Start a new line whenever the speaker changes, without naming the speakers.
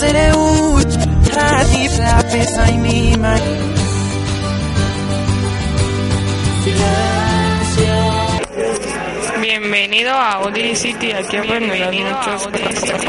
seré úgy, hát itt rá pészaj némán.
Bienvenido a Audi City, aquí aprendemos muchos